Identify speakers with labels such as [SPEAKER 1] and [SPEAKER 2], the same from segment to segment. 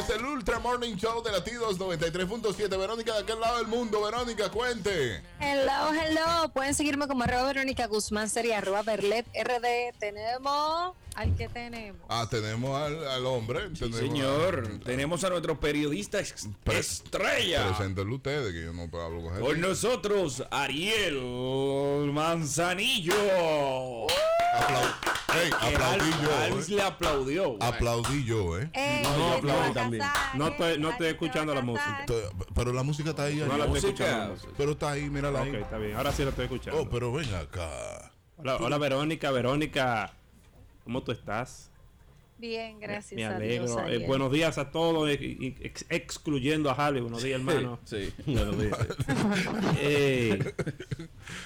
[SPEAKER 1] es el Ultra Morning Show de Latidos 93.7. Verónica, ¿de aquel lado del mundo? Verónica, cuente.
[SPEAKER 2] Hello, hello. Pueden seguirme como arroba Verónica Guzmán, sería arroba Berlet RD. Tenemos. ¿Al que tenemos?
[SPEAKER 1] Ah, tenemos al, al hombre.
[SPEAKER 3] Sí, señor. tenemos a nuestro periodista ex-
[SPEAKER 1] Pre-
[SPEAKER 3] estrella.
[SPEAKER 1] Preséntenlo ustedes, que yo no hablo con
[SPEAKER 3] Con
[SPEAKER 1] gente.
[SPEAKER 3] nosotros, Ariel Manzanillo.
[SPEAKER 1] Aplau- Ey,
[SPEAKER 3] Que
[SPEAKER 1] aplaudí
[SPEAKER 3] Al-
[SPEAKER 1] yo.
[SPEAKER 3] Alvis
[SPEAKER 1] eh.
[SPEAKER 3] le aplaudió.
[SPEAKER 1] Aplaudí yo, ¿eh?
[SPEAKER 2] Ey,
[SPEAKER 4] No, yo
[SPEAKER 2] ¿alguien
[SPEAKER 4] aplaudo
[SPEAKER 2] se va a
[SPEAKER 4] también.
[SPEAKER 2] casar?
[SPEAKER 4] No estoy- no estoy
[SPEAKER 2] ¿Alguien se va a
[SPEAKER 4] escuchando la
[SPEAKER 2] casar?
[SPEAKER 4] música.
[SPEAKER 1] T- Pero la música está ahí.
[SPEAKER 4] No la
[SPEAKER 1] ahí.
[SPEAKER 4] estoy
[SPEAKER 3] Música.
[SPEAKER 4] escuchando. no.
[SPEAKER 1] Pero está ahí, mírala
[SPEAKER 4] Ok,
[SPEAKER 1] ahí.
[SPEAKER 4] está bien. Ahora sí la estoy escuchando.
[SPEAKER 1] Oh, pero ven acá.
[SPEAKER 4] hola, hola, Verónica, Verónica. ¿Cómo tú estás?
[SPEAKER 2] Bien, gracias.
[SPEAKER 4] Me
[SPEAKER 2] a
[SPEAKER 4] alegro.
[SPEAKER 2] Dios,
[SPEAKER 4] Eh,
[SPEAKER 2] Ariel.
[SPEAKER 4] buenos días a todos, eh, y- ex- excluyendo a Harley. Buenos días, hermano.
[SPEAKER 3] Sí.
[SPEAKER 4] Buenos días. Eh,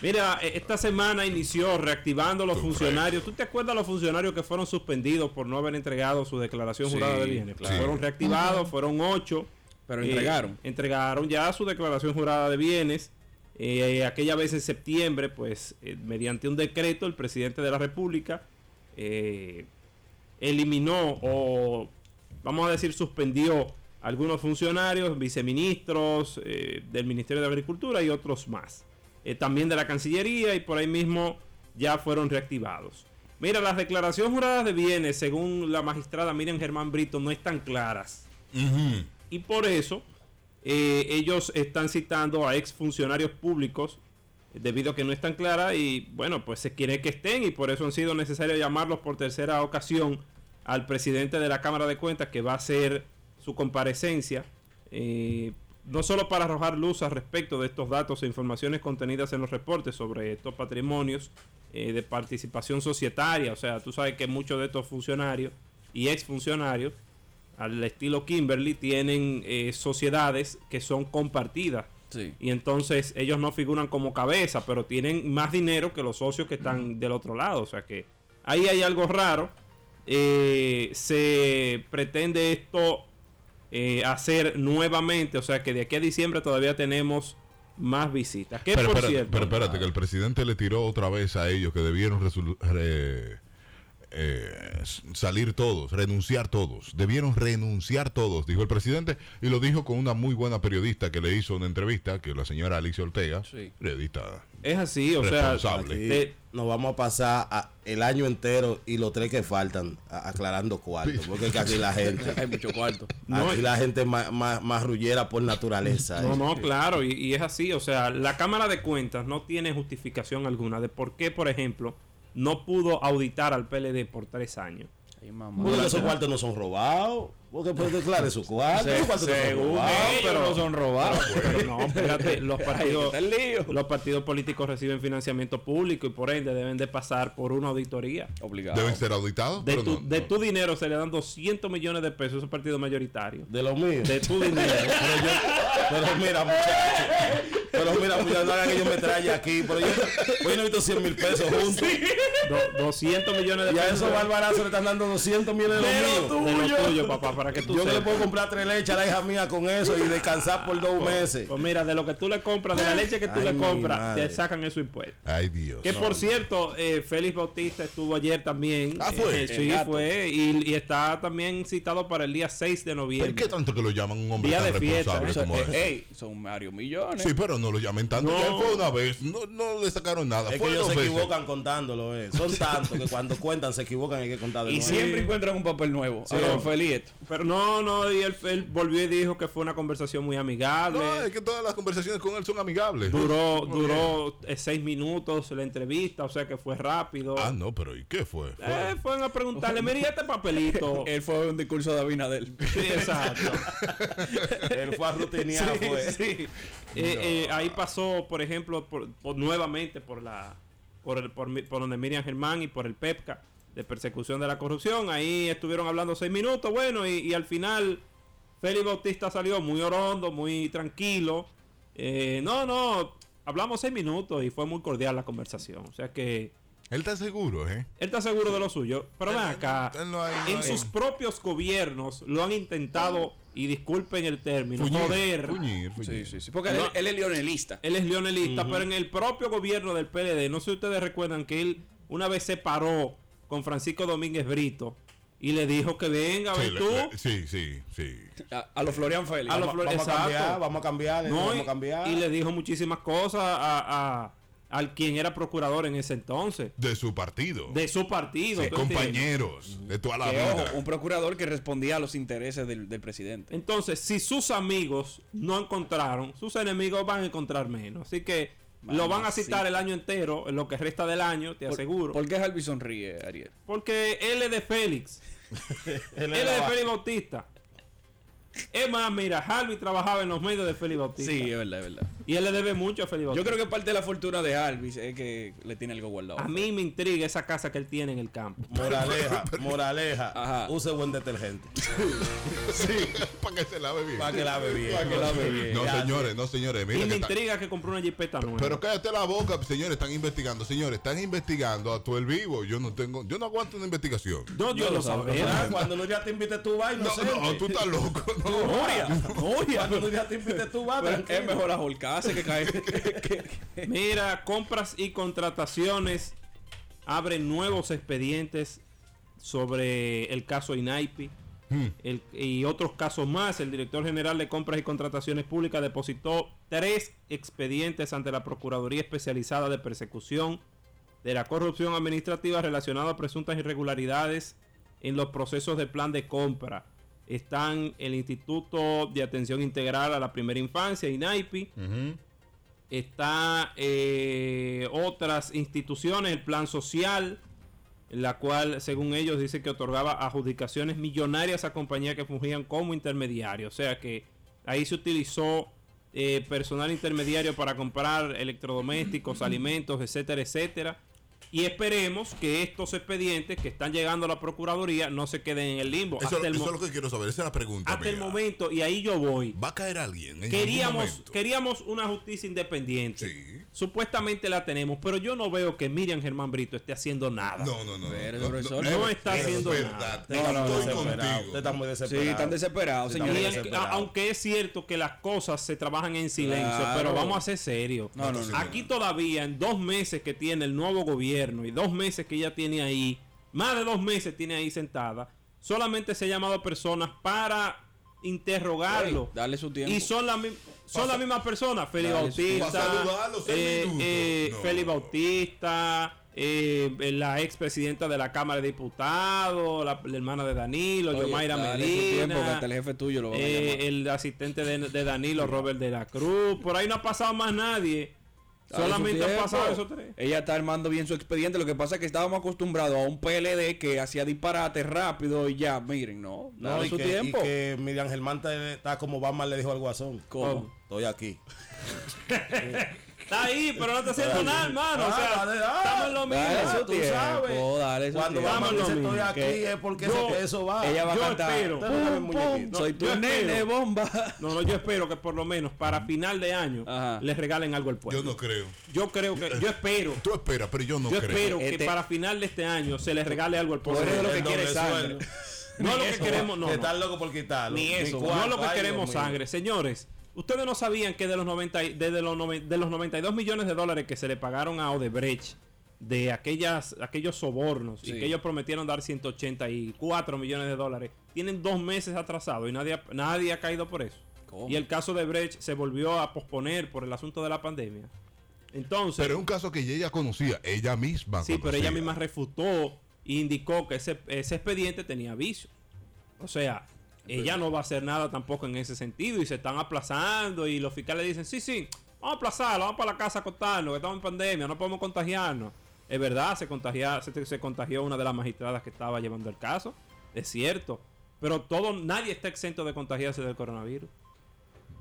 [SPEAKER 4] mira, eh, esta semana inició reactivando los funcionarios. ¿Tú te acuerdas los funcionarios que fueron suspendidos por no haber entregado su declaración
[SPEAKER 3] Sí,
[SPEAKER 4] jurada de bienes?
[SPEAKER 3] claro.
[SPEAKER 4] Fueron reactivados, fueron ocho.
[SPEAKER 3] Pero
[SPEAKER 4] Eh,
[SPEAKER 3] entregaron.
[SPEAKER 4] entregaron ya su declaración jurada de bienes. Eh, aquella vez en septiembre, pues eh, mediante un decreto, el presidente de la República eh, eliminó o, vamos a decir, suspendió algunos funcionarios, viceministros eh, del Ministerio de Agricultura y otros más. Eh, también de la Cancillería y por ahí mismo ya fueron reactivados. Mira, las declaraciones juradas de bienes, según la magistrada Miriam Germán Brito, no están claras.
[SPEAKER 1] Ujú.
[SPEAKER 4] Y por eso eh, ellos están citando a ex funcionarios públicos eh, debido a que no están claras y bueno, pues se quiere que estén y por eso han sido necesario llamarlos por tercera ocasión al presidente de la Cámara de Cuentas que va a hacer su comparecencia. eh, no solo para arrojar luz al respecto de estos datos e informaciones contenidas en los reportes sobre estos patrimonios eh, de participación societaria, o sea, tú sabes que muchos de estos funcionarios y exfuncionarios al estilo Kimberly, tienen eh, sociedades que son compartidas.
[SPEAKER 3] Sí.
[SPEAKER 4] Y entonces ellos no figuran como cabeza, pero tienen más dinero que los socios que están del otro lado. O sea que ahí hay algo raro. Eh, se pretende esto eh, hacer nuevamente. O sea que de aquí a diciembre todavía tenemos más visitas. Que
[SPEAKER 1] Pero,
[SPEAKER 4] por
[SPEAKER 1] espérate,
[SPEAKER 4] cierto. ah.
[SPEAKER 1] pero espérate, que el presidente le tiró otra vez a ellos que debieron resolu- re- eh, s- salir todos, renunciar todos. Debieron renunciar todos, dijo el presidente, y lo dijo con una muy buena periodista que le hizo una entrevista, que la señora Alicia Ortega,
[SPEAKER 3] Sí.
[SPEAKER 1] periodista.
[SPEAKER 4] es así, o sea.
[SPEAKER 1] Responsable.
[SPEAKER 5] Aquí
[SPEAKER 4] te-
[SPEAKER 5] nos vamos a pasar a- el año entero y los tres que faltan a- aclarando cuarto, porque es que aquí la gente,
[SPEAKER 3] Hay mucho cuarto.
[SPEAKER 4] No,
[SPEAKER 5] aquí la gente es más, más, más rullera por naturaleza.
[SPEAKER 4] No,
[SPEAKER 5] ¿eh?
[SPEAKER 4] no, claro, y, y es así. O sea, la Cámara de Cuentas no tiene justificación alguna de por qué, por ejemplo, no pudo auditar al PLD por tres años.
[SPEAKER 3] Ay, mamá.
[SPEAKER 5] Porque esos cuartos no son robados, porque pues declare su cuarto,
[SPEAKER 3] Se-
[SPEAKER 5] esos cuartos no son
[SPEAKER 3] según
[SPEAKER 5] robados.
[SPEAKER 3] ellos, no son robados.
[SPEAKER 4] Pero no, espérate, los partidos,
[SPEAKER 3] está el lío.
[SPEAKER 4] los partidos políticos reciben financiamiento público y por ende deben de pasar por una auditoría.
[SPEAKER 3] Obligado.
[SPEAKER 1] Deben ser auditados,
[SPEAKER 4] De
[SPEAKER 1] pero
[SPEAKER 4] tu,
[SPEAKER 1] no.
[SPEAKER 4] de tu dinero se le dan 200 millones de pesos a esos partidos mayoritarios.
[SPEAKER 5] De lo mío.
[SPEAKER 4] De tu dinero.
[SPEAKER 5] Pero, yo- pero mira, muchachos. Pero mira, muchachos, no hagan que yo me traiga aquí. Pero yo, hoy no he visto 100 mil pesos juntos.
[SPEAKER 4] Do- 200 millones de
[SPEAKER 5] Y a
[SPEAKER 4] pesos.
[SPEAKER 5] esos barbarazos le están dando 200 millones de
[SPEAKER 4] de
[SPEAKER 5] los
[SPEAKER 4] lo
[SPEAKER 5] míos.
[SPEAKER 4] tuyo, papá, para que tú
[SPEAKER 5] Yo que le
[SPEAKER 4] sepas.
[SPEAKER 5] puedo comprar tres leches a la hija mía con eso y descansar por dos meses.
[SPEAKER 4] Pues mira, de lo que tú le compras, de la leche que tú
[SPEAKER 5] Ay,
[SPEAKER 4] le
[SPEAKER 5] mi
[SPEAKER 4] compras,
[SPEAKER 5] madre.
[SPEAKER 4] te sacan esos impuestos.
[SPEAKER 1] Ay, Dios.
[SPEAKER 4] Que por cierto, eh, Félix Bautista estuvo ayer también.
[SPEAKER 1] Ah, fue.
[SPEAKER 4] Eh, sí,
[SPEAKER 3] El gato.
[SPEAKER 4] fue. Y, y está también citado para el día 6 de
[SPEAKER 1] ¿Por qué
[SPEAKER 4] noviembre.
[SPEAKER 1] tanto que lo llaman un hombre
[SPEAKER 4] Día
[SPEAKER 1] tan
[SPEAKER 4] de fiesta,
[SPEAKER 1] responsable
[SPEAKER 3] O sea,
[SPEAKER 1] como
[SPEAKER 3] eh,
[SPEAKER 1] es?
[SPEAKER 3] ey, son varios millones.
[SPEAKER 1] Sí, pero no lo llamen tanto.
[SPEAKER 4] No.
[SPEAKER 1] Ya él fue una vez, no, no le sacaron nada.
[SPEAKER 5] Es
[SPEAKER 1] fue
[SPEAKER 5] que ellos
[SPEAKER 1] dos
[SPEAKER 5] se
[SPEAKER 1] veces.
[SPEAKER 5] equivocan contándolo, eh. Son tantos que cuando cuentan se equivocan hay que contar de
[SPEAKER 3] y
[SPEAKER 5] nuevo.
[SPEAKER 3] siempre encuentran un papel nuevo. Sí. feliz esto.
[SPEAKER 4] Pero no, no, y él, él volvió y dijo que fue una conversación muy amigable.
[SPEAKER 1] No, eh. es que todas las conversaciones con él son amigables.
[SPEAKER 4] Duró, duró eh, seis minutos la entrevista, o sea que fue rápido.
[SPEAKER 1] Ah, no, pero ¿y qué fue?
[SPEAKER 4] Eh, fueron a preguntarle, mira ¿y este papelito.
[SPEAKER 3] Él fue un discurso de Abinadel.
[SPEAKER 4] Sí, exacto.
[SPEAKER 5] Él fue a rutinear,
[SPEAKER 4] Sí,
[SPEAKER 5] fue.
[SPEAKER 4] sí. Eh, eh, ahí pasó, por ejemplo, por- por- nuevamente por la por, el, por, mi- por donde Miriam Germán y por el PEPCA de persecución de la corrupción. Ahí estuvieron hablando seis minutos, bueno, y, y al final Félix Bautista salió muy orondo, muy tranquilo. Eh, no, no, hablamos seis minutos y fue muy cordial la conversación. O sea que
[SPEAKER 1] Él está seguro, ¿eh?
[SPEAKER 4] él está seguro de lo suyo. Pero ven acá,
[SPEAKER 1] Él no hay- no
[SPEAKER 4] en
[SPEAKER 1] hay-
[SPEAKER 4] sus propios gobiernos lo han intentado, y disculpen el término,
[SPEAKER 1] Fuñir,
[SPEAKER 4] joder.
[SPEAKER 1] fuñir, fuñir.
[SPEAKER 3] Sí, sí, sí. Porque él,
[SPEAKER 4] No.
[SPEAKER 3] él es leonelista.
[SPEAKER 4] Él es leonelista, pero en el propio gobierno del PLD, no sé si ustedes recuerdan que él una vez se paró con Francisco Domínguez Brito y le dijo que venga,
[SPEAKER 1] Sí,
[SPEAKER 4] ve
[SPEAKER 1] le-
[SPEAKER 4] tú.
[SPEAKER 1] le- sí, sí, sí.
[SPEAKER 3] A, a los Florian Félix.
[SPEAKER 4] A los
[SPEAKER 5] Va-
[SPEAKER 4] Flor-
[SPEAKER 5] vamos a
[SPEAKER 4] exacto.
[SPEAKER 5] cambiar, vamos a cambiar,
[SPEAKER 4] No,
[SPEAKER 5] vamos
[SPEAKER 4] y,
[SPEAKER 5] a cambiar.
[SPEAKER 4] y le dijo muchísimas cosas a, a- al quien era procurador en ese entonces.
[SPEAKER 1] De su partido.
[SPEAKER 4] De su partido.
[SPEAKER 1] de
[SPEAKER 4] ¿tú entiendes?
[SPEAKER 1] compañeros. De toda la
[SPEAKER 3] Que,
[SPEAKER 1] vida.
[SPEAKER 3] ojo, un procurador que respondía a los intereses del, del presidente.
[SPEAKER 4] Entonces, si sus amigos no encontraron, sus enemigos van a encontrar menos. Así que lo van a citar
[SPEAKER 3] Mamacita.
[SPEAKER 4] el año entero, en lo que resta del año, te
[SPEAKER 3] Por-
[SPEAKER 4] aseguro.
[SPEAKER 3] ¿Por qué Harvey sonríe, Ariel?
[SPEAKER 4] porque él es de Félix.
[SPEAKER 5] Él
[SPEAKER 4] Él
[SPEAKER 5] era
[SPEAKER 4] es de
[SPEAKER 5] ba-
[SPEAKER 4] Félix Bautista. Es más, mira, Harvey trabajaba en los medios de Félix Bautista.
[SPEAKER 3] Sí, es verdad, es verdad.
[SPEAKER 4] Y él le debe mucho a Félix
[SPEAKER 3] Yo
[SPEAKER 4] Bautista.
[SPEAKER 3] creo que parte de la fortuna de Harvey es que le tiene algo guardado.
[SPEAKER 4] A mí me intriga esa casa que él tiene en el campo.
[SPEAKER 5] Moraleja, moraleja.
[SPEAKER 3] Ajá.
[SPEAKER 5] Use buen detergente.
[SPEAKER 1] sí. para que se lave bien.
[SPEAKER 5] Para que lave bien.
[SPEAKER 3] Para que lave bien.
[SPEAKER 1] No,
[SPEAKER 5] Ya,
[SPEAKER 1] señores, no, señores.
[SPEAKER 4] Y
[SPEAKER 1] Mira
[SPEAKER 4] me
[SPEAKER 1] que está-
[SPEAKER 4] intriga que compró una jipeta nueva.
[SPEAKER 1] Pero cállate la boca, señores, están investigando, señores, están investigando a tu el vivo. Yo no tengo, yo no aguanto una investigación.
[SPEAKER 4] no, yo,
[SPEAKER 3] Yo
[SPEAKER 4] lo
[SPEAKER 3] lo
[SPEAKER 4] sabré.
[SPEAKER 5] Ah, Cuando Nuria te invite tú vas
[SPEAKER 1] No,
[SPEAKER 5] inocente.
[SPEAKER 1] no, tú estás loco. No.
[SPEAKER 5] Nuria, Cuando Nuria te invite tú vas
[SPEAKER 3] Pero es
[SPEAKER 5] tranquilo.
[SPEAKER 3] mejor a Holcase que caer. que- que-
[SPEAKER 4] Mira, compras y contrataciones abren nuevos expedientes sobre el caso INAIPI el- y otros casos más. El director general de compras y contrataciones públicas depositó tres expedientes ante la Procuraduría Especializada de Persecución de la Corrupción Administrativa relacionada a presuntas irregularidades en los procesos de plan de compra. Están el Instituto de Atención Integral a la Primera Infancia, INAIPI, está eh, otras instituciones, el plan social, la cual, según ellos, dice que otorgaba adjudicaciones millonarias a compañías que fungían como intermediarios. O sea que ahí se utilizó eh, personal intermediario para comprar electrodomésticos, alimentos, etcétera, etcétera. Y esperemos que estos expedientes que están llegando a la Procuraduría no se queden en el limbo.
[SPEAKER 1] Eso,
[SPEAKER 4] hasta el,
[SPEAKER 1] eso
[SPEAKER 4] mo-
[SPEAKER 1] es lo que quiero saber, esa es la pregunta.
[SPEAKER 4] hasta el
[SPEAKER 1] mía.
[SPEAKER 4] momento, y ahí yo voy.
[SPEAKER 1] ¿Va a caer alguien? En algún
[SPEAKER 4] Queríamos,
[SPEAKER 1] momento?
[SPEAKER 4] queríamos una justicia independiente.
[SPEAKER 1] Sí.
[SPEAKER 4] Supuestamente la tenemos, pero yo no veo que Miriam Germán Brito esté haciendo nada.
[SPEAKER 1] No, no, no.
[SPEAKER 3] Pero,
[SPEAKER 1] no,
[SPEAKER 3] profesor,
[SPEAKER 4] no está
[SPEAKER 1] es
[SPEAKER 4] haciendo
[SPEAKER 1] verdad,
[SPEAKER 4] nada.
[SPEAKER 5] Te
[SPEAKER 3] No,
[SPEAKER 5] estás
[SPEAKER 3] no,
[SPEAKER 5] muy
[SPEAKER 1] estoy
[SPEAKER 5] desesperado,
[SPEAKER 1] contigo.
[SPEAKER 5] te estás muy
[SPEAKER 3] sí,
[SPEAKER 5] desesperado.
[SPEAKER 3] están desesperados,
[SPEAKER 5] Sí, estamos
[SPEAKER 4] Y
[SPEAKER 3] señores.
[SPEAKER 4] aunque-
[SPEAKER 5] desesperado.
[SPEAKER 4] a- aunque es cierto que las cosas se trabajan en silencio,
[SPEAKER 3] Claro.
[SPEAKER 4] pero vamos a ser serios.
[SPEAKER 3] No, no, no.
[SPEAKER 4] Aquí todavía, en dos meses que tiene el nuevo gobierno y dos meses que ella tiene ahí, más de dos meses tiene ahí sentada, solamente se ha llamado a personas para interrogarlo.
[SPEAKER 3] Ey, dale su tiempo.
[SPEAKER 4] Y son las mi- son las mismas personas, Félix
[SPEAKER 3] Dale su tiempo.
[SPEAKER 4] Bautista,
[SPEAKER 1] Pa' saludarlo, seis
[SPEAKER 4] eh,
[SPEAKER 1] minutos.
[SPEAKER 4] eh,
[SPEAKER 1] No.
[SPEAKER 4] Félix Bautista, eh, la expresidenta de la Cámara de Diputados, la, la hermana de Danilo,
[SPEAKER 3] Oye,
[SPEAKER 4] Yomaira
[SPEAKER 3] dale su tiempo, que
[SPEAKER 4] ah, Medina,
[SPEAKER 3] hasta el jefe tuyo lo va a
[SPEAKER 4] eh,
[SPEAKER 3] llamar.
[SPEAKER 4] el asistente de, de Danilo, Robert de la Cruz. Por ahí no ha pasado más nadie.
[SPEAKER 3] Dale su
[SPEAKER 4] Solamente han
[SPEAKER 3] tiempo.
[SPEAKER 4] pasado esos tres.
[SPEAKER 3] Ella está armando bien su expediente. Lo que pasa es que estábamos acostumbrados a un PLD que hacía disparate rápido y ya, miren, no.
[SPEAKER 5] No,
[SPEAKER 3] Dale
[SPEAKER 5] y
[SPEAKER 3] su
[SPEAKER 5] que,
[SPEAKER 3] tiempo.
[SPEAKER 5] Y que Miriam Germán te- está como Batman le dijo al guasón.
[SPEAKER 3] ¿Cómo?
[SPEAKER 5] Estoy aquí.
[SPEAKER 4] Está ahí, pero no está haciendo nada, hermano. O
[SPEAKER 5] Ah,
[SPEAKER 4] sea,
[SPEAKER 5] dale, ah,
[SPEAKER 4] estamos en lo
[SPEAKER 3] dale
[SPEAKER 4] mismo.
[SPEAKER 3] su
[SPEAKER 5] tú
[SPEAKER 3] tiempo,
[SPEAKER 5] sabes.
[SPEAKER 3] dale su
[SPEAKER 5] Cuando
[SPEAKER 3] tiempo.
[SPEAKER 5] Batman
[SPEAKER 4] Vamos
[SPEAKER 5] dice
[SPEAKER 4] lo
[SPEAKER 5] estoy
[SPEAKER 4] mismo,
[SPEAKER 5] aquí
[SPEAKER 3] que
[SPEAKER 5] es porque
[SPEAKER 4] yo-
[SPEAKER 5] eso- eso va.
[SPEAKER 3] Ella va a
[SPEAKER 4] Yo
[SPEAKER 3] cantar.
[SPEAKER 4] espero.
[SPEAKER 5] Ustedes no saben,
[SPEAKER 3] Pum,
[SPEAKER 5] muñequito.
[SPEAKER 3] pum, soy tu
[SPEAKER 4] Yo espero.
[SPEAKER 3] nene, bomba.
[SPEAKER 4] No, no, yo espero que por lo menos para final de año
[SPEAKER 3] Ajá.
[SPEAKER 4] les regalen algo al
[SPEAKER 1] Yo
[SPEAKER 4] pueblo.
[SPEAKER 1] no creo.
[SPEAKER 4] Yo creo que, yo espero,
[SPEAKER 1] Tú esperas, pero yo no
[SPEAKER 4] yo
[SPEAKER 1] creo.
[SPEAKER 4] espero que
[SPEAKER 3] Este-
[SPEAKER 4] para final de este año se les regale algo al pueblo.
[SPEAKER 3] eres de lo que
[SPEAKER 5] El
[SPEAKER 3] quiere
[SPEAKER 5] doble
[SPEAKER 3] sangre.
[SPEAKER 5] sueldo.
[SPEAKER 4] No lo que queremos, no.
[SPEAKER 5] Que
[SPEAKER 4] no.
[SPEAKER 5] están locos por quitarlo.
[SPEAKER 4] Ni eso,
[SPEAKER 5] cuarto,
[SPEAKER 4] no lo que
[SPEAKER 5] ay,
[SPEAKER 4] queremos
[SPEAKER 5] Dios mío.
[SPEAKER 4] sangre. Señores, ustedes no sabían que de los, 90, y- desde los, noven- de los 92 millones de dólares que se le pagaron a Odebrecht de aquellas, aquellos sobornos y
[SPEAKER 3] Sí.
[SPEAKER 4] que ellos prometieron dar 184 millones de dólares, tienen dos meses atrasados y nadie, ha- nadie ha caído por eso.
[SPEAKER 3] ¿Cómo?
[SPEAKER 4] Y el caso de Brecht se volvió a posponer por el asunto de la pandemia. Entonces,
[SPEAKER 1] Pero es un caso que ella conocía, ella misma.
[SPEAKER 4] Sí, pero
[SPEAKER 1] conocía.
[SPEAKER 4] ella misma refutó e indicó que ese, ese expediente tenía vicio. O sea, ella no va a hacer nada tampoco en ese sentido y se están aplazando y los fiscales dicen, sí, sí, vamos a aplazarlo, vamos para la casa a acostarnos, que estamos en pandemia, no podemos contagiarnos. Es verdad, se, contagia, se, se contagió una de las magistradas que estaba llevando el caso, es cierto. Pero todo, nadie está exento de contagiarse del coronavirus.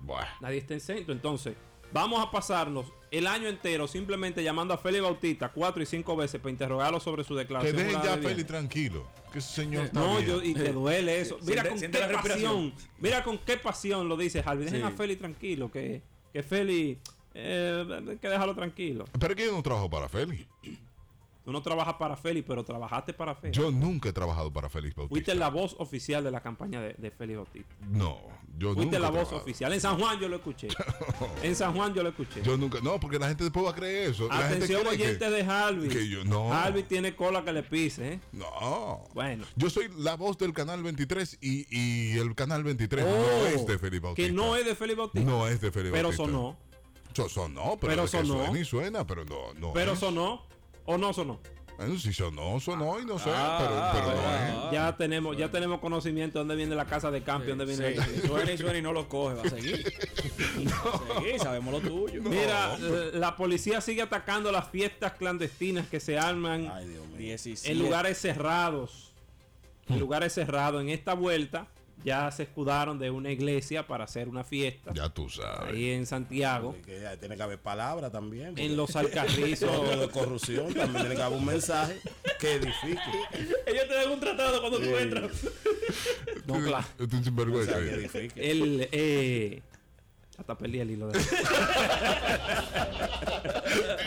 [SPEAKER 1] Buah.
[SPEAKER 4] Nadie está en centro. Entonces, vamos a pasarnos el año entero simplemente llamando a Félix Bautista cuatro y cinco veces para interrogarlo sobre su
[SPEAKER 1] Que
[SPEAKER 4] declaración.
[SPEAKER 1] dejen
[SPEAKER 4] jurada
[SPEAKER 1] ya a
[SPEAKER 4] de bienes.
[SPEAKER 1] Félix tranquilo. Que ese señor está
[SPEAKER 4] No,
[SPEAKER 1] bien.
[SPEAKER 4] yo, y te duele eso.
[SPEAKER 3] Sí,
[SPEAKER 4] Mira
[SPEAKER 3] siente-
[SPEAKER 4] con
[SPEAKER 3] siente
[SPEAKER 4] qué
[SPEAKER 3] la respiración.
[SPEAKER 4] pasión. Mira con qué pasión lo dice Harvey. Dejen
[SPEAKER 3] Sí.
[SPEAKER 4] a Félix tranquilo, que, que Félix. eh, hay que dejarlo tranquilo.
[SPEAKER 1] Pero es que yo no trabajo para Félix.
[SPEAKER 4] Tú no trabajas para Félix, pero trabajaste para Félix.
[SPEAKER 1] Yo nunca he trabajado para Félix Bautista.
[SPEAKER 4] Fuiste la voz oficial de la campaña de, de Félix Bautista.
[SPEAKER 1] No, Yo
[SPEAKER 4] Fuiste
[SPEAKER 1] nunca
[SPEAKER 4] la
[SPEAKER 1] he
[SPEAKER 4] voz
[SPEAKER 1] trabajado.
[SPEAKER 4] oficial. En San Juan yo lo escuché. En San Juan yo lo escuché.
[SPEAKER 1] Yo nunca, no, porque la gente después va a creer eso. La gente
[SPEAKER 4] Atención
[SPEAKER 1] cree que-
[SPEAKER 4] oyentes de Harvey.
[SPEAKER 1] que yo no.
[SPEAKER 4] Harvey tiene cola que le pise, ¿eh?
[SPEAKER 1] No.
[SPEAKER 4] Bueno.
[SPEAKER 1] Yo soy la voz del canal 23 y, y el canal 23
[SPEAKER 4] Oh,
[SPEAKER 1] no es de Felipe Bautista.
[SPEAKER 4] Que no es de Felipe Bautista.
[SPEAKER 1] No es de Felipe
[SPEAKER 4] Pero
[SPEAKER 1] Bautista.
[SPEAKER 4] sonó.
[SPEAKER 1] So- sonó, pero,
[SPEAKER 4] Pero
[SPEAKER 1] es que
[SPEAKER 4] sonó.
[SPEAKER 1] Suena y suena, pero no. no
[SPEAKER 4] Pero
[SPEAKER 1] es.
[SPEAKER 4] sonó. ¿O no sonó?
[SPEAKER 1] Bueno, si sonó, sonó y no sé,
[SPEAKER 3] Ah,
[SPEAKER 1] pero, pero no ¿eh?
[SPEAKER 3] ah,
[SPEAKER 1] es.
[SPEAKER 3] ah.
[SPEAKER 4] ya tenemos, ya tenemos conocimiento de dónde viene la casa de cambio, dónde viene
[SPEAKER 3] Sí, sí, suena y suena y no lo coge, va a seguir. Va a seguir, sabemos lo tuyo.
[SPEAKER 4] Mira, la policía sigue atacando las fiestas clandestinas que se arman
[SPEAKER 5] Ay, Dios mío.
[SPEAKER 3] 17.
[SPEAKER 4] en lugares cerrados.
[SPEAKER 1] Hmm.
[SPEAKER 4] En lugares cerrados. En esta vuelta ya se escudaron de una iglesia para hacer una fiesta.
[SPEAKER 1] Ya tú sabes.
[SPEAKER 4] Ahí en Santiago.
[SPEAKER 5] Que ya tiene que haber palabra también. porque
[SPEAKER 4] En los
[SPEAKER 5] todo de
[SPEAKER 4] alcarrizos.
[SPEAKER 5] corrupción también tiene que haber un mensaje que edifique.
[SPEAKER 3] Ellos te dan un tratado cuando tú entras.
[SPEAKER 4] no, claro.
[SPEAKER 1] Esto es
[SPEAKER 5] O sea,
[SPEAKER 1] sinvergüenza.
[SPEAKER 5] que
[SPEAKER 1] oye.
[SPEAKER 5] edifique.
[SPEAKER 4] El, eh, hasta perdí el hilo de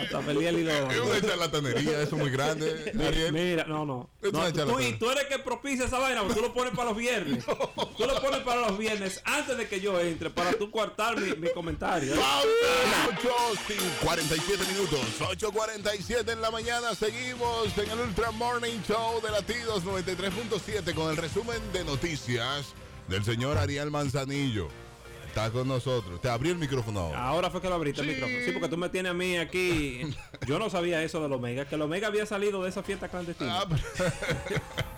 [SPEAKER 4] Hasta perdí el hilo
[SPEAKER 1] Es una charlatanería, eso es muy grande. Ariel.
[SPEAKER 4] Mira, no, no.
[SPEAKER 1] Es
[SPEAKER 4] No,
[SPEAKER 1] una
[SPEAKER 4] tú, tú- y
[SPEAKER 1] charlatana.
[SPEAKER 4] tú eres que propicia esa vaina, porque tú lo pones para los viernes. Tú lo pones para los viernes antes de que yo entre, para tú coartar mi, mi comentario.
[SPEAKER 1] Pauta, 8:47 minutos, 8.47 en la mañana, seguimos en el Ultra Morning Show de Latidos 93.7 con el resumen de noticias del señor Ariel Manzanillo. Está con nosotros, te abrí el micrófono. ahora.
[SPEAKER 4] Ahora fue que lo abriste el micrófono. Sí, porque tú me tienes a mí aquí. Yo no sabía eso del Omega, que el Omega había salido de esa fiesta
[SPEAKER 1] Ah,
[SPEAKER 4] clandestina.
[SPEAKER 1] pero-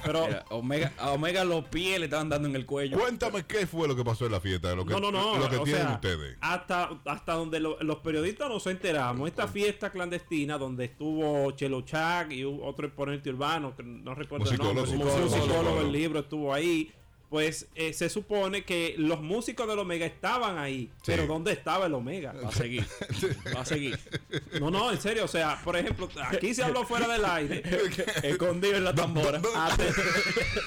[SPEAKER 4] Pero
[SPEAKER 3] Mira, Omega, a Omega los pies le estaban dando en el cuello.
[SPEAKER 1] cuéntame qué fue lo que pasó en la fiesta, lo que,
[SPEAKER 4] no, no, no.
[SPEAKER 1] lo que
[SPEAKER 4] o
[SPEAKER 1] tienen
[SPEAKER 4] sea,
[SPEAKER 1] ustedes.
[SPEAKER 4] Hasta, hasta donde lo- los periodistas nos enteramos, esta fiesta clandestina donde estuvo Chelo Chac y u- otro exponente urbano, que no recuerdo el nombre,
[SPEAKER 1] Musicólogo,
[SPEAKER 4] un
[SPEAKER 1] musicólogo.
[SPEAKER 4] musicólogo, el libro estuvo ahí. Pues eh, se supone que los músicos del Omega estaban ahí, pero ¿dónde estaba el Omega?
[SPEAKER 3] Va a seguir. Va a seguir.
[SPEAKER 4] No, no, en serio, o sea, por ejemplo, aquí se habló fuera del aire.
[SPEAKER 3] Escondido en la tambora.
[SPEAKER 4] Aten-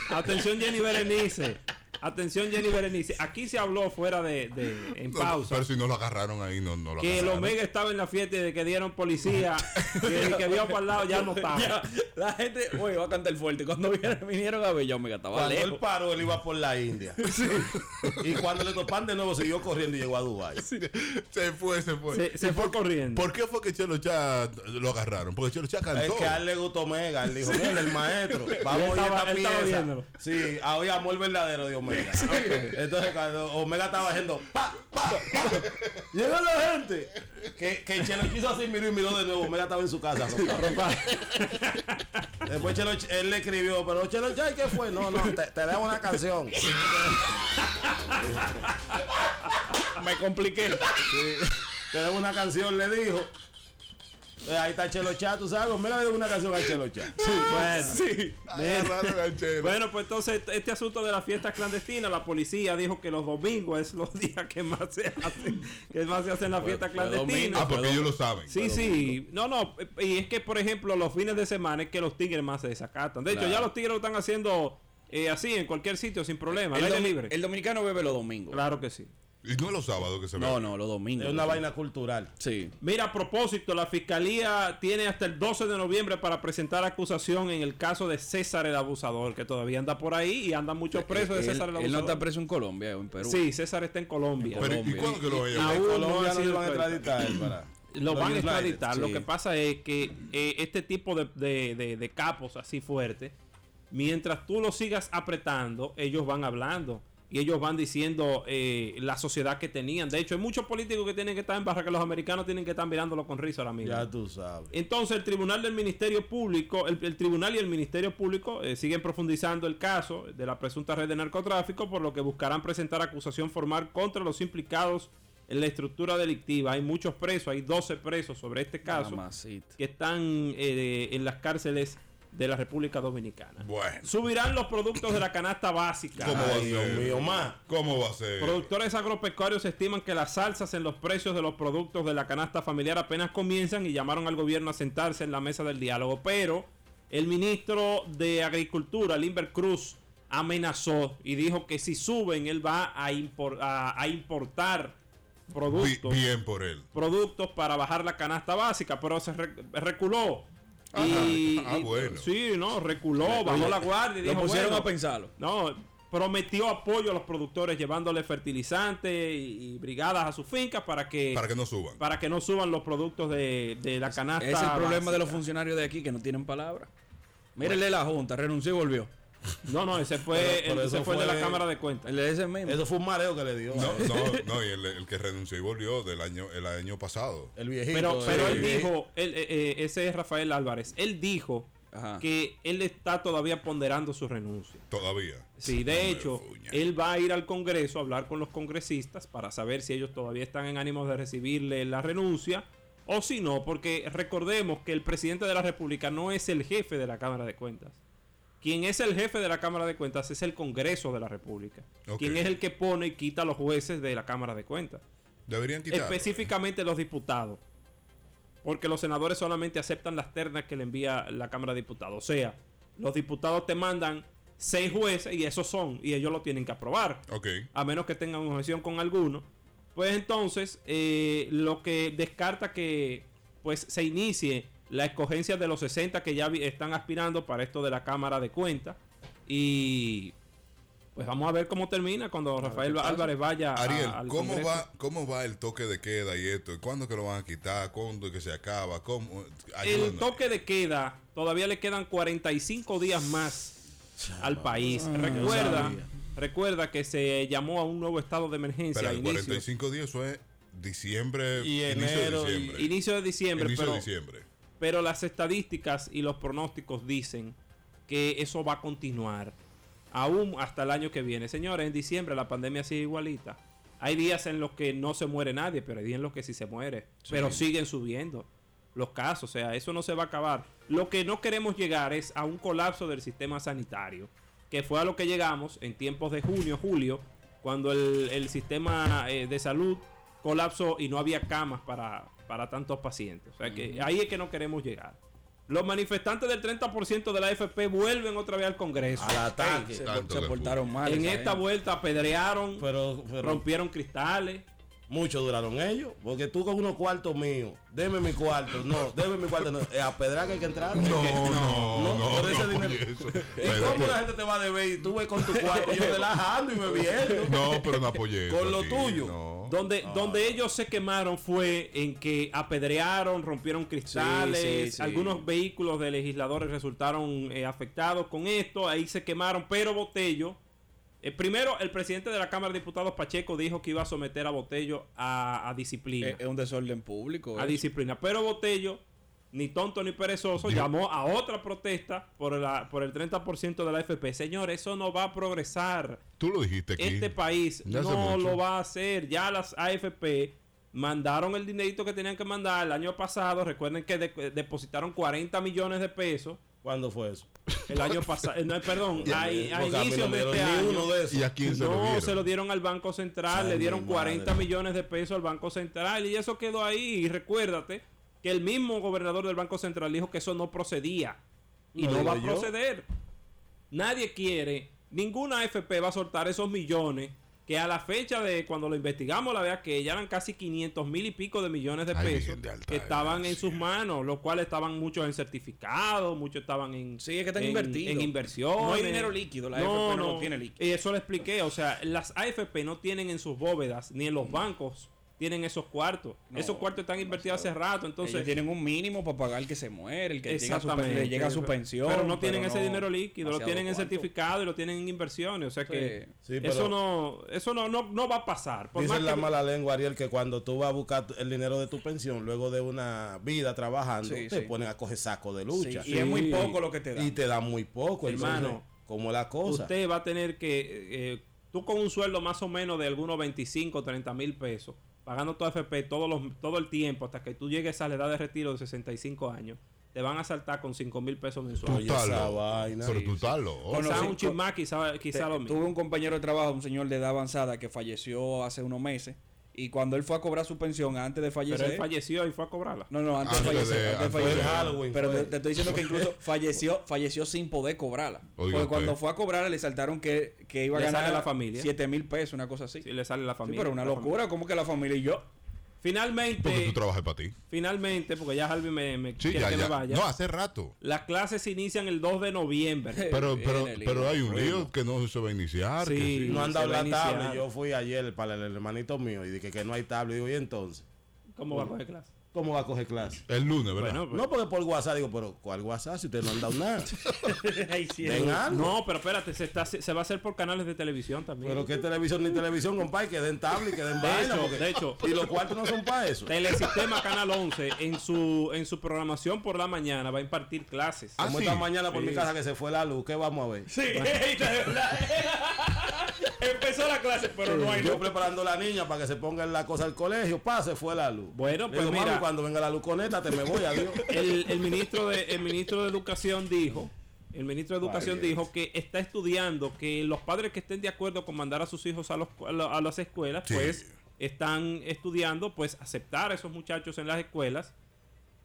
[SPEAKER 4] Atención Jenny Berenice. Atención Jenny Berenice. Aquí se habló fuera de, de- en
[SPEAKER 1] No,
[SPEAKER 4] pausa.
[SPEAKER 1] Pero si no lo agarraron ahí, no, no lo
[SPEAKER 4] Que el
[SPEAKER 1] agarraron.
[SPEAKER 4] Omega estaba en la fiesta y de que dieron policía, que el que dio para el lado ya no estaba.
[SPEAKER 3] Ya, la gente, oye, va a cantar fuerte. Cuando vinieron, vinieron a ver, ya Omega estaba
[SPEAKER 5] Cuando él
[SPEAKER 3] lejos.
[SPEAKER 5] paró, él iba por la India. Y cuando le topan de nuevo, siguió corriendo y llegó a Dubái.
[SPEAKER 1] Se fue, se fue.
[SPEAKER 4] Se, se
[SPEAKER 1] ¿Y
[SPEAKER 4] fue
[SPEAKER 1] por,
[SPEAKER 4] corriendo.
[SPEAKER 1] ¿Por qué fue que Chelo Chá lo agarraron? Porque Chelo Chá
[SPEAKER 5] Es
[SPEAKER 1] cantó.
[SPEAKER 5] que a él le gustó Omega. Él dijo, mira, el maestro. Vamos
[SPEAKER 4] Él
[SPEAKER 5] a
[SPEAKER 4] estaba-
[SPEAKER 5] esta
[SPEAKER 4] él estaba
[SPEAKER 5] pieza.
[SPEAKER 4] viéndolo.
[SPEAKER 5] Sí, ah, hoy amor verdadero de Omega. Entonces, cuando Omega estaba haciendo pa, pa, pa, llegó la gente. Que, que Chelo quiso así, miró y miró de nuevo. Omega estaba en su casa. roncando. Después Chelo, él le escribió, pero Chelo, ¿ya qué fue? No, no, te, te debo una canción.
[SPEAKER 3] Me compliqué.
[SPEAKER 5] Tenemos una canción, le dijo. Eh, ahí está Chelo Chá, tú sabes, mira, le debo una canción a Chelo Chá.
[SPEAKER 4] Bueno,
[SPEAKER 1] Agarraron al Chelo.
[SPEAKER 4] Bueno, pues entonces este asunto de las fiestas clandestinas, la policía dijo que los domingos es los días que más se hacen, que más se hacen las fiestas
[SPEAKER 3] fue domingo.
[SPEAKER 4] clandestinas.
[SPEAKER 1] ah, porque ellos lo saben.
[SPEAKER 4] Sí, sí. No, no. Y es que, por ejemplo, los fines de semana es que los tigres más se desacatan. De hecho,
[SPEAKER 3] Claro.
[SPEAKER 4] ya los tigres lo están haciendo eh, así, en cualquier sitio, sin problema.
[SPEAKER 3] El,
[SPEAKER 4] al aire
[SPEAKER 3] domi-
[SPEAKER 4] libre.
[SPEAKER 3] el dominicano bebe los domingos.
[SPEAKER 4] Claro que sí.
[SPEAKER 1] Y no los sábados que se
[SPEAKER 3] No,
[SPEAKER 1] ven.
[SPEAKER 3] no, los domingos.
[SPEAKER 5] Es una vaina cultural.
[SPEAKER 3] Sí.
[SPEAKER 4] Mira, a propósito, la fiscalía tiene hasta el 12 de noviembre para presentar acusación en el caso de César el Abusador, que todavía anda por ahí y anda muchos presos de
[SPEAKER 3] Eh, Él-
[SPEAKER 4] César el
[SPEAKER 3] él, no
[SPEAKER 4] Abusador.
[SPEAKER 3] está preso en Colombia o en Perú.
[SPEAKER 4] Sí, César está en Colombia.
[SPEAKER 1] Pero ¿y
[SPEAKER 3] Colombia.
[SPEAKER 1] cuándo que lo
[SPEAKER 4] Y-
[SPEAKER 1] veían?
[SPEAKER 4] aún
[SPEAKER 5] Colombia
[SPEAKER 4] no ha
[SPEAKER 5] no
[SPEAKER 4] sido
[SPEAKER 5] lo van a
[SPEAKER 4] extraditado.
[SPEAKER 5] extraditar él para.
[SPEAKER 4] Lo
[SPEAKER 5] los
[SPEAKER 4] van a
[SPEAKER 5] United.
[SPEAKER 4] extraditar. Lo
[SPEAKER 3] sí.
[SPEAKER 4] que pasa es que eh, este tipo de, de- de- de capos así fuertes, mientras tú los sigas apretando, ellos van hablando. Y ellos van diciendo eh, la sociedad que tenían. De hecho, hay muchos políticos que tienen que estar en barra, que los americanos tienen que estar mirándolo con risa ahora mismo.
[SPEAKER 5] Ya tú sabes.
[SPEAKER 4] Entonces el tribunal del Ministerio Público, el, el tribunal y el Ministerio Público eh, siguen profundizando el caso de la presunta red de narcotráfico, por lo que buscarán presentar acusación formal contra los implicados en la estructura delictiva. Hay muchos presos, hay 12 presos sobre este caso
[SPEAKER 3] Mamacita.
[SPEAKER 4] que están eh, en las cárceles de la República Dominicana.
[SPEAKER 1] Bueno.
[SPEAKER 4] Subirán los productos de la canasta básica.
[SPEAKER 1] ¿Cómo va a
[SPEAKER 5] Ay, Dios
[SPEAKER 1] ser?
[SPEAKER 5] mío, más.
[SPEAKER 1] ¿Cómo va a ser?
[SPEAKER 4] Productores agropecuarios estiman que las salsas en los precios de los productos de la canasta familiar apenas comienzan y llamaron al gobierno a sentarse en la mesa del diálogo. Pero el ministro de Agricultura, Limber Cruz, amenazó y dijo que si suben, él va a, impor- a- a importar
[SPEAKER 1] Bi-
[SPEAKER 4] productos,
[SPEAKER 1] bien por él.
[SPEAKER 4] productos para bajar la canasta básica, pero se re- reculó. Y,
[SPEAKER 1] Ah, ah, bueno.
[SPEAKER 4] Sí, no, reculó, bajó la guardia y
[SPEAKER 3] Lo
[SPEAKER 4] dijo,
[SPEAKER 3] pusieron
[SPEAKER 4] bueno,
[SPEAKER 3] a pensarlo.
[SPEAKER 4] no, prometió apoyo a los productores llevándole fertilizantes y, y brigadas a sus fincas para que,
[SPEAKER 1] Para que no suban.
[SPEAKER 4] para que no suban los productos de, de la canasta.
[SPEAKER 3] Es el problema de los
[SPEAKER 4] básica.
[SPEAKER 3] funcionarios de aquí que no tienen palabra. Mírenle la junta, renunció y volvió.
[SPEAKER 4] No, no, ese fue,
[SPEAKER 5] Pero- pero
[SPEAKER 4] el- ese
[SPEAKER 5] eso
[SPEAKER 4] fue el de la
[SPEAKER 5] fue-
[SPEAKER 4] Cámara de Cuentas.
[SPEAKER 3] El de ese mismo.
[SPEAKER 5] Eso fue un mareo que le dio.
[SPEAKER 1] No, no, no, y el, el que renunció y volvió del año, el año pasado.
[SPEAKER 5] El viejito.
[SPEAKER 4] Pero,
[SPEAKER 3] pues,
[SPEAKER 5] el
[SPEAKER 4] pero él
[SPEAKER 5] viejito.
[SPEAKER 4] dijo, él, eh, eh, ese es Rafael Álvarez, él dijo
[SPEAKER 3] Ajá.
[SPEAKER 4] que él está todavía ponderando su renuncia.
[SPEAKER 1] Todavía.
[SPEAKER 4] Sí,
[SPEAKER 1] No
[SPEAKER 4] de
[SPEAKER 1] me
[SPEAKER 4] hecho,
[SPEAKER 1] fuña.
[SPEAKER 4] él va a ir al Congreso a hablar con los congresistas para saber si ellos todavía están en ánimos de recibirle la renuncia o si no, porque recordemos que el presidente de la República no es el jefe de la Cámara de Cuentas. Quien es el jefe de la Cámara de Cuentas es el Congreso de la República.
[SPEAKER 1] Ok.
[SPEAKER 4] Quien es el que pone y quita a los jueces de la Cámara de Cuentas.
[SPEAKER 1] Deberían quitar.
[SPEAKER 4] Específicamente los diputados. Porque los senadores solamente aceptan las ternas que le envía la Cámara de Diputados. O sea, los diputados te mandan seis jueces y esos son, y ellos lo tienen que aprobar.
[SPEAKER 1] Ok.
[SPEAKER 4] A menos que tengan objeción con alguno. Pues entonces, eh, lo que descarta que pues se inicie la escogencia de los 60 que ya vi- están aspirando para esto de la Cámara de Cuentas. Y pues vamos a ver cómo termina cuando Rafael Álvarez vaya a-
[SPEAKER 1] Ariel,
[SPEAKER 4] al
[SPEAKER 1] ¿cómo
[SPEAKER 4] Congreso.
[SPEAKER 1] va, ¿cómo va el toque de queda y esto? ¿Y ¿Cuándo que lo van a quitar? ¿Cuándo es que se acaba? ¿Cómo?
[SPEAKER 4] el
[SPEAKER 1] Ayúdanos.
[SPEAKER 4] toque de queda, todavía le quedan 45 días más al país. Recuerda, recuerda que se llamó a un nuevo estado de emergencia
[SPEAKER 1] Pero
[SPEAKER 4] a
[SPEAKER 1] el
[SPEAKER 4] inicio,
[SPEAKER 1] 45 días, eso es diciembre,
[SPEAKER 5] Y
[SPEAKER 1] inicio
[SPEAKER 5] enero
[SPEAKER 1] de
[SPEAKER 5] y-
[SPEAKER 1] diciembre.
[SPEAKER 4] inicio de diciembre,
[SPEAKER 1] Inicio
[SPEAKER 4] pero,
[SPEAKER 1] de diciembre.
[SPEAKER 4] pero las estadísticas y los pronósticos dicen que eso va a continuar aún hasta el año que viene. Señores, en diciembre la pandemia sigue igualita. Hay días en los que no se muere nadie, pero hay días en los que sí se muere. Pero siguen subiendo los casos, o sea, eso no se va a acabar. Lo que no queremos llegar es a un colapso del sistema sanitario, que fue a lo que llegamos en tiempos de junio, julio, cuando el, el sistema eh, de salud colapsó y no había camas para, para tantos pacientes. O sea, que ahí es que no queremos llegar. Los manifestantes del 30% de la AFP vuelven otra vez al Congreso.
[SPEAKER 5] Al ataque.
[SPEAKER 3] Ah, se,
[SPEAKER 1] Tanto
[SPEAKER 3] se
[SPEAKER 1] de
[SPEAKER 3] portaron mal.
[SPEAKER 4] En
[SPEAKER 3] esa
[SPEAKER 4] esta
[SPEAKER 3] gente.
[SPEAKER 4] vuelta apedrearon,
[SPEAKER 5] Pero, pero
[SPEAKER 4] rompieron cristales.
[SPEAKER 5] mucho duraron ellos. Porque tú con unos cuartos míos. Deme mi cuarto. No, deme mi cuarto. No. Eh, A pedrar que hay que entrar.
[SPEAKER 1] No,
[SPEAKER 5] Es que-
[SPEAKER 1] no, no.
[SPEAKER 5] por ese
[SPEAKER 1] no,
[SPEAKER 5] dinero.
[SPEAKER 1] oye, eso.
[SPEAKER 5] ¿Y
[SPEAKER 1] Pero,
[SPEAKER 5] cómo la gente te va a deber? Y tú ves con tu cuarto. Yo relajando y bebiendo.
[SPEAKER 1] no, pero no apoyé. eso
[SPEAKER 5] Con lo
[SPEAKER 1] aquí,
[SPEAKER 5] tuyo.
[SPEAKER 1] no.
[SPEAKER 4] Donde, donde ellos se quemaron fue en que apedrearon, rompieron cristales,
[SPEAKER 3] Sí, sí, sí.
[SPEAKER 4] algunos vehículos de legisladores resultaron eh, afectados con esto, ahí se quemaron, pero Botello, eh, primero el presidente de la Cámara de Diputados Pacheco dijo que iba a someter a Botello a, a disciplina,
[SPEAKER 3] Es, es un desorden público. ¿eh?
[SPEAKER 4] a
[SPEAKER 3] eso.
[SPEAKER 4] disciplina, pero Botello, ni tonto ni perezoso,
[SPEAKER 1] Dijo-
[SPEAKER 4] llamó a otra protesta por, la, por el 30% de la FP. Señor, eso no va a progresar
[SPEAKER 1] Tú lo dijiste aquí.
[SPEAKER 4] este país
[SPEAKER 1] Ya hace
[SPEAKER 4] no
[SPEAKER 1] mucho.
[SPEAKER 4] lo va a hacer. Ya las AFP mandaron el dinerito que tenían que mandar el año pasado. Recuerden que de- depositaron 40 millones de pesos
[SPEAKER 5] ¿Cuándo fue eso?
[SPEAKER 4] el año pasado. No, perdón, a, a
[SPEAKER 5] Porque a mí no
[SPEAKER 4] inicios
[SPEAKER 5] me
[SPEAKER 4] de
[SPEAKER 5] dieron
[SPEAKER 4] este año.
[SPEAKER 5] ni uno de esos.
[SPEAKER 1] ¿Y a quién se lo
[SPEAKER 4] No,
[SPEAKER 1] dieron?
[SPEAKER 4] se lo dieron al Banco Central,
[SPEAKER 5] Ay,
[SPEAKER 4] le dieron
[SPEAKER 5] mi
[SPEAKER 4] 40
[SPEAKER 5] madre.
[SPEAKER 4] millones de pesos al Banco Central y eso quedó ahí. Y recuérdate que el mismo gobernador del Banco Central dijo que eso no procedía y
[SPEAKER 5] Lo
[SPEAKER 4] no va a
[SPEAKER 5] digo yo.
[SPEAKER 4] proceder. Nadie quiere, ninguna AFP va a soltar esos millones que a la fecha de cuando lo investigamos la verdad que ya eran casi 500 mil y pico de millones de
[SPEAKER 1] Ay,
[SPEAKER 4] pesos
[SPEAKER 1] Virgen de Alta
[SPEAKER 4] que estaban en
[SPEAKER 1] Gracia.
[SPEAKER 4] sus manos, los cuales estaban muchos en certificados, muchos estaban en
[SPEAKER 3] Sí, es que están
[SPEAKER 4] en-
[SPEAKER 3] invertidos.
[SPEAKER 4] en inversión
[SPEAKER 3] No hay dinero líquido, la AFP no lo tiene líquido.
[SPEAKER 4] y eso lo expliqué, o sea, las AFP no tienen en sus bóvedas, ni en los bancos, tienen esos cuartos.
[SPEAKER 3] Mm. No,
[SPEAKER 4] esos cuartos están invertidos hace rato, entonces...
[SPEAKER 3] Ellos tienen un mínimo para pagar el que se muere, el que llega a su, pe- le llega a su
[SPEAKER 4] Pero-
[SPEAKER 3] pensión.
[SPEAKER 4] Pero no tienen ese
[SPEAKER 3] no
[SPEAKER 4] dinero líquido, lo
[SPEAKER 3] demasiado
[SPEAKER 4] tienen en
[SPEAKER 3] cuarto.
[SPEAKER 4] certificado y lo tienen en inversiones, o sea que...
[SPEAKER 3] Sí.
[SPEAKER 5] Sí, pero-
[SPEAKER 4] eso no, eso no, no, no va a pasar. Por
[SPEAKER 5] Dice
[SPEAKER 4] más
[SPEAKER 5] la
[SPEAKER 4] que-
[SPEAKER 5] mala lengua, Ariel, que cuando tú vas a buscar tu- el dinero de tu pensión, luego de una vida trabajando,
[SPEAKER 3] Sí,
[SPEAKER 5] te
[SPEAKER 3] sí.
[SPEAKER 5] ponen a coger saco de
[SPEAKER 3] Sí,
[SPEAKER 5] lucha.
[SPEAKER 3] Y es muy
[SPEAKER 4] Sí.
[SPEAKER 3] poco lo que te dan.
[SPEAKER 5] Y te dan muy poco,
[SPEAKER 4] Hermano,
[SPEAKER 5] hermano. Como la cosa.
[SPEAKER 4] usted va a tener que, eh, eh, tú con un sueldo más o menos de algunos 25, 30 mil pesos, pagando tu AFP todos los, todo el tiempo hasta que tú llegues a la edad de retiro de 65 años, te van a saltar con 5 mil pesos
[SPEAKER 1] Tú
[SPEAKER 4] mensuales.
[SPEAKER 5] Oye,
[SPEAKER 1] estás
[SPEAKER 5] esa
[SPEAKER 1] loco.
[SPEAKER 5] vaina.
[SPEAKER 1] Pero
[SPEAKER 5] Sí,
[SPEAKER 1] tú Oh,
[SPEAKER 5] sí.
[SPEAKER 1] estás loco.
[SPEAKER 3] Bueno,
[SPEAKER 4] Quizá
[SPEAKER 3] sí,
[SPEAKER 4] un
[SPEAKER 3] co-
[SPEAKER 4] chismá, quizá,
[SPEAKER 3] Te-
[SPEAKER 4] quizá lo mismo.
[SPEAKER 3] Tuve un compañero de trabajo, un señor de edad avanzada que falleció hace unos meses. Y cuando él fue a cobrar su pensión antes de
[SPEAKER 4] Pero
[SPEAKER 3] fallecer.
[SPEAKER 4] él falleció y fue a cobrarla.
[SPEAKER 3] No, no, antes de
[SPEAKER 1] Antes de-
[SPEAKER 3] fallecer. antes de
[SPEAKER 1] antes de-
[SPEAKER 3] fallecer.
[SPEAKER 5] Fue en Halloween,
[SPEAKER 3] Pero
[SPEAKER 5] fue.
[SPEAKER 3] te, te estoy diciendo que incluso falleció, falleció sin poder cobrarla.
[SPEAKER 1] Oiga
[SPEAKER 3] porque
[SPEAKER 1] usted.
[SPEAKER 3] cuando fue a cobrarla le saltaron que, que iba a
[SPEAKER 4] Le sale
[SPEAKER 3] ganar
[SPEAKER 4] a la familia.
[SPEAKER 3] 7 mil pesos, una cosa así.
[SPEAKER 4] Si le sale la
[SPEAKER 3] Sí,
[SPEAKER 4] familia.
[SPEAKER 3] pero una
[SPEAKER 4] la familia.
[SPEAKER 3] locura, ¿cómo que la familia y yo?
[SPEAKER 1] Porque
[SPEAKER 4] Finalmente,
[SPEAKER 1] tú trabajas para ti.
[SPEAKER 4] finalmente, porque ya Harvey me, me
[SPEAKER 1] Sí,
[SPEAKER 4] quiere
[SPEAKER 1] ya,
[SPEAKER 4] que me
[SPEAKER 1] ya.
[SPEAKER 4] vaya.
[SPEAKER 1] No, hace rato.
[SPEAKER 4] Las clases se inician el 2 de noviembre.
[SPEAKER 1] Pero,
[SPEAKER 3] viene
[SPEAKER 1] pero,
[SPEAKER 3] el
[SPEAKER 1] pero
[SPEAKER 3] lío,
[SPEAKER 1] hay un
[SPEAKER 3] primo.
[SPEAKER 1] lío que no se va a iniciar. que
[SPEAKER 4] Sí.
[SPEAKER 1] sí.
[SPEAKER 5] No han
[SPEAKER 4] se
[SPEAKER 5] dado
[SPEAKER 4] va a
[SPEAKER 5] la
[SPEAKER 4] iniciar.
[SPEAKER 5] tablet. Yo fui ayer para el hermanito mío y dije que no hay tablet. Digo, y entonces,
[SPEAKER 4] ¿Cómo va a coger clase?
[SPEAKER 5] ¿cómo va a coger clase?
[SPEAKER 1] El lunes, ¿verdad?
[SPEAKER 4] Bueno, pues-
[SPEAKER 5] No, porque por WhatsApp digo, pero ¿cuál WhatsApp? Si ustedes no han dado nada.
[SPEAKER 4] Ay, sí,
[SPEAKER 5] Den
[SPEAKER 4] es-
[SPEAKER 5] algo.
[SPEAKER 4] no, pero espérate, se, está, se va a hacer por canales de televisión también.
[SPEAKER 5] Pero que televisión ni televisión, compadre, que den tablet y que den
[SPEAKER 4] De
[SPEAKER 5] vaina.
[SPEAKER 4] hecho,
[SPEAKER 5] porque-
[SPEAKER 4] de hecho.
[SPEAKER 5] Y los cuartos no son para eso.
[SPEAKER 4] Telesistema Canal 11 en su en su programación por la mañana va a impartir clases.
[SPEAKER 1] Ah,
[SPEAKER 5] Como
[SPEAKER 1] sí.
[SPEAKER 5] esta mañana por
[SPEAKER 4] Sí.
[SPEAKER 5] mi casa que se fue la luz, ¿qué vamos a ver?
[SPEAKER 4] Sí, de verdad. Empezó la clase, pero no
[SPEAKER 5] Yo preparando a la niña para que se ponga en la cosa al colegio, pa, se fue la luz.
[SPEAKER 4] Bueno,
[SPEAKER 5] Le
[SPEAKER 4] pues
[SPEAKER 5] digo, mami,
[SPEAKER 4] mira.
[SPEAKER 5] cuando venga la luz, conéctate, me voy, adiós.
[SPEAKER 4] El, el ministro de el ministro de Educación dijo, el ministro de Educación dijo que está estudiando que los padres que estén de acuerdo con mandar a sus hijos a, los, a la- a las escuelas,
[SPEAKER 1] Sí.
[SPEAKER 4] pues están estudiando pues aceptar a esos muchachos en las escuelas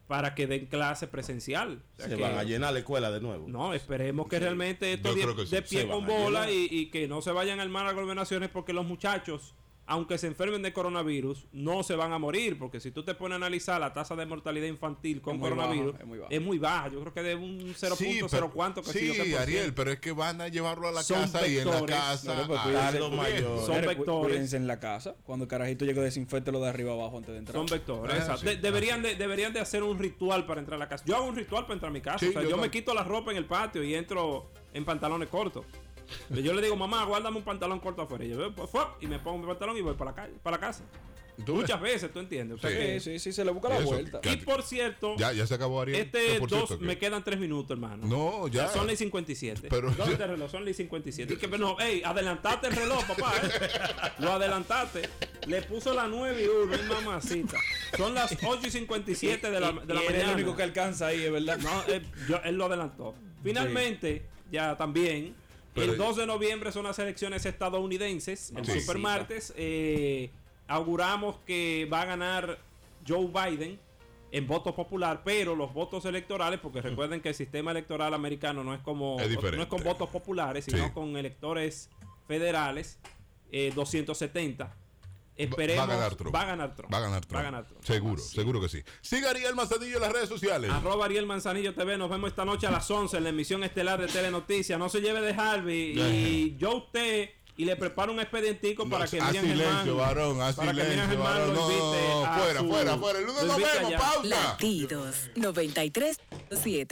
[SPEAKER 4] para que den clase presencial. O sea
[SPEAKER 5] Se
[SPEAKER 4] que-
[SPEAKER 5] van a llenar la escuela de nuevo.
[SPEAKER 4] No, esperemos que realmente esto
[SPEAKER 1] Yo
[SPEAKER 4] de,
[SPEAKER 1] creo que sí.
[SPEAKER 4] de pie
[SPEAKER 5] Se
[SPEAKER 4] con
[SPEAKER 5] van a
[SPEAKER 4] bola
[SPEAKER 5] llenar.
[SPEAKER 4] y, y que no se vayan a armar aglomeraciones porque los muchachos, aunque se enfermen de coronavirus, no se van a morir. Porque si tú te pones a analizar la tasa de mortalidad infantil con
[SPEAKER 3] Es muy
[SPEAKER 4] coronavirus,
[SPEAKER 3] baja, es muy baja.
[SPEAKER 4] es muy baja. Yo creo que de un 0.0
[SPEAKER 1] Sí, pero-
[SPEAKER 4] cuánto que
[SPEAKER 1] sí,
[SPEAKER 4] sí, yo qué por
[SPEAKER 1] Ariel,
[SPEAKER 4] ciento.
[SPEAKER 1] pero es que van a llevarlo a la
[SPEAKER 4] Son
[SPEAKER 1] casa y en la
[SPEAKER 4] vectores. pues,
[SPEAKER 1] casa.
[SPEAKER 4] No, pero
[SPEAKER 1] ah,
[SPEAKER 4] cuídense.
[SPEAKER 1] algo
[SPEAKER 5] Mayor.
[SPEAKER 1] bien.
[SPEAKER 4] Son
[SPEAKER 3] Señores, cu-
[SPEAKER 4] vectores.
[SPEAKER 3] Cuídense en la casa. Cuando el carajito llegue, desinfectelo de arriba abajo antes de entrar.
[SPEAKER 4] Son vectores.
[SPEAKER 1] Ah,
[SPEAKER 4] exacto.
[SPEAKER 1] sí,
[SPEAKER 4] De-
[SPEAKER 1] ah,
[SPEAKER 4] deberían, de, deberían de hacer un ritual para entrar a la casa. Yo hago un ritual para entrar a mi casa.
[SPEAKER 1] Sí,
[SPEAKER 4] o sea,
[SPEAKER 1] yo
[SPEAKER 4] yo, me
[SPEAKER 1] tam-
[SPEAKER 4] quito la ropa en el patio y entro en pantalones cortos. Yo le digo, mamá, guárdame un pantalón corto afuera. Y yo veo, pues, fuap, y me pongo mi pantalón y voy para la calle, para la casa.
[SPEAKER 1] ¿Tú ves?
[SPEAKER 4] Muchas veces, tú entiendes. O sea
[SPEAKER 1] Sí.
[SPEAKER 4] que-
[SPEAKER 3] Sí, sí, sí, se le busca la
[SPEAKER 1] Eso,
[SPEAKER 3] vuelta.
[SPEAKER 1] que-
[SPEAKER 4] y por cierto,
[SPEAKER 1] Ya, ya se acabó Ariel.
[SPEAKER 4] este
[SPEAKER 1] Que por
[SPEAKER 4] dos,
[SPEAKER 1] cierto que-
[SPEAKER 4] me quedan tres minutos, hermano.
[SPEAKER 1] No, ya.
[SPEAKER 4] Son las 57.
[SPEAKER 1] Pero-
[SPEAKER 4] ¿Dónde está el reloj? Son las 57. Y que, pero no, ey, adelantaste el reloj, papá. eh. Lo adelantaste. Le puso las 9 y 1, es mamacita. Son las 8 y 57 de la, de la
[SPEAKER 3] Y él es
[SPEAKER 4] mañana.
[SPEAKER 3] el único que alcanza ahí, es verdad.
[SPEAKER 4] No, eh, yo- él lo adelantó. Finalmente, ya también,
[SPEAKER 1] Pero- Ah,
[SPEAKER 4] el 2 de noviembre son las elecciones estadounidenses. El
[SPEAKER 1] Sí.
[SPEAKER 4] supermartes. eh, auguramos que va a ganar Joe Biden en voto popular, pero los votos electorales, porque recuerden que el sistema electoral americano no es como
[SPEAKER 1] Mm. Es diferente.
[SPEAKER 4] no es con votos populares, sino
[SPEAKER 1] Sí.
[SPEAKER 4] con electores federales, eh, 270.
[SPEAKER 1] Va
[SPEAKER 4] Esperemos
[SPEAKER 1] a ganar Trump.
[SPEAKER 4] Va a ganar Trump.
[SPEAKER 1] Va a ganar
[SPEAKER 4] Va a
[SPEAKER 1] Trump.
[SPEAKER 4] ganar Trump.
[SPEAKER 1] Seguro, seguro que sí. Siga Ariel Mazadillo en las redes sociales.
[SPEAKER 4] Arroba Ariel Manzanillo TV. Nos vemos esta noche a las 11 en la emisión estelar de Telenoticias. No se lleve de Harvey. Y yo a usted. Y le preparo un expedientico para que
[SPEAKER 1] a
[SPEAKER 4] Miriam
[SPEAKER 1] Ah, silencio,
[SPEAKER 4] Germán.
[SPEAKER 1] varón, a
[SPEAKER 4] para que Miriam
[SPEAKER 1] silencio,
[SPEAKER 4] Germán
[SPEAKER 1] varón.
[SPEAKER 4] lo
[SPEAKER 1] No,
[SPEAKER 4] invite
[SPEAKER 1] fuera,
[SPEAKER 4] a Ah, su-
[SPEAKER 1] fuera, fuera. El lunes
[SPEAKER 4] lo
[SPEAKER 1] nos
[SPEAKER 4] invite
[SPEAKER 1] vemos,
[SPEAKER 4] allá.
[SPEAKER 1] pausa.
[SPEAKER 6] Latidos 93.7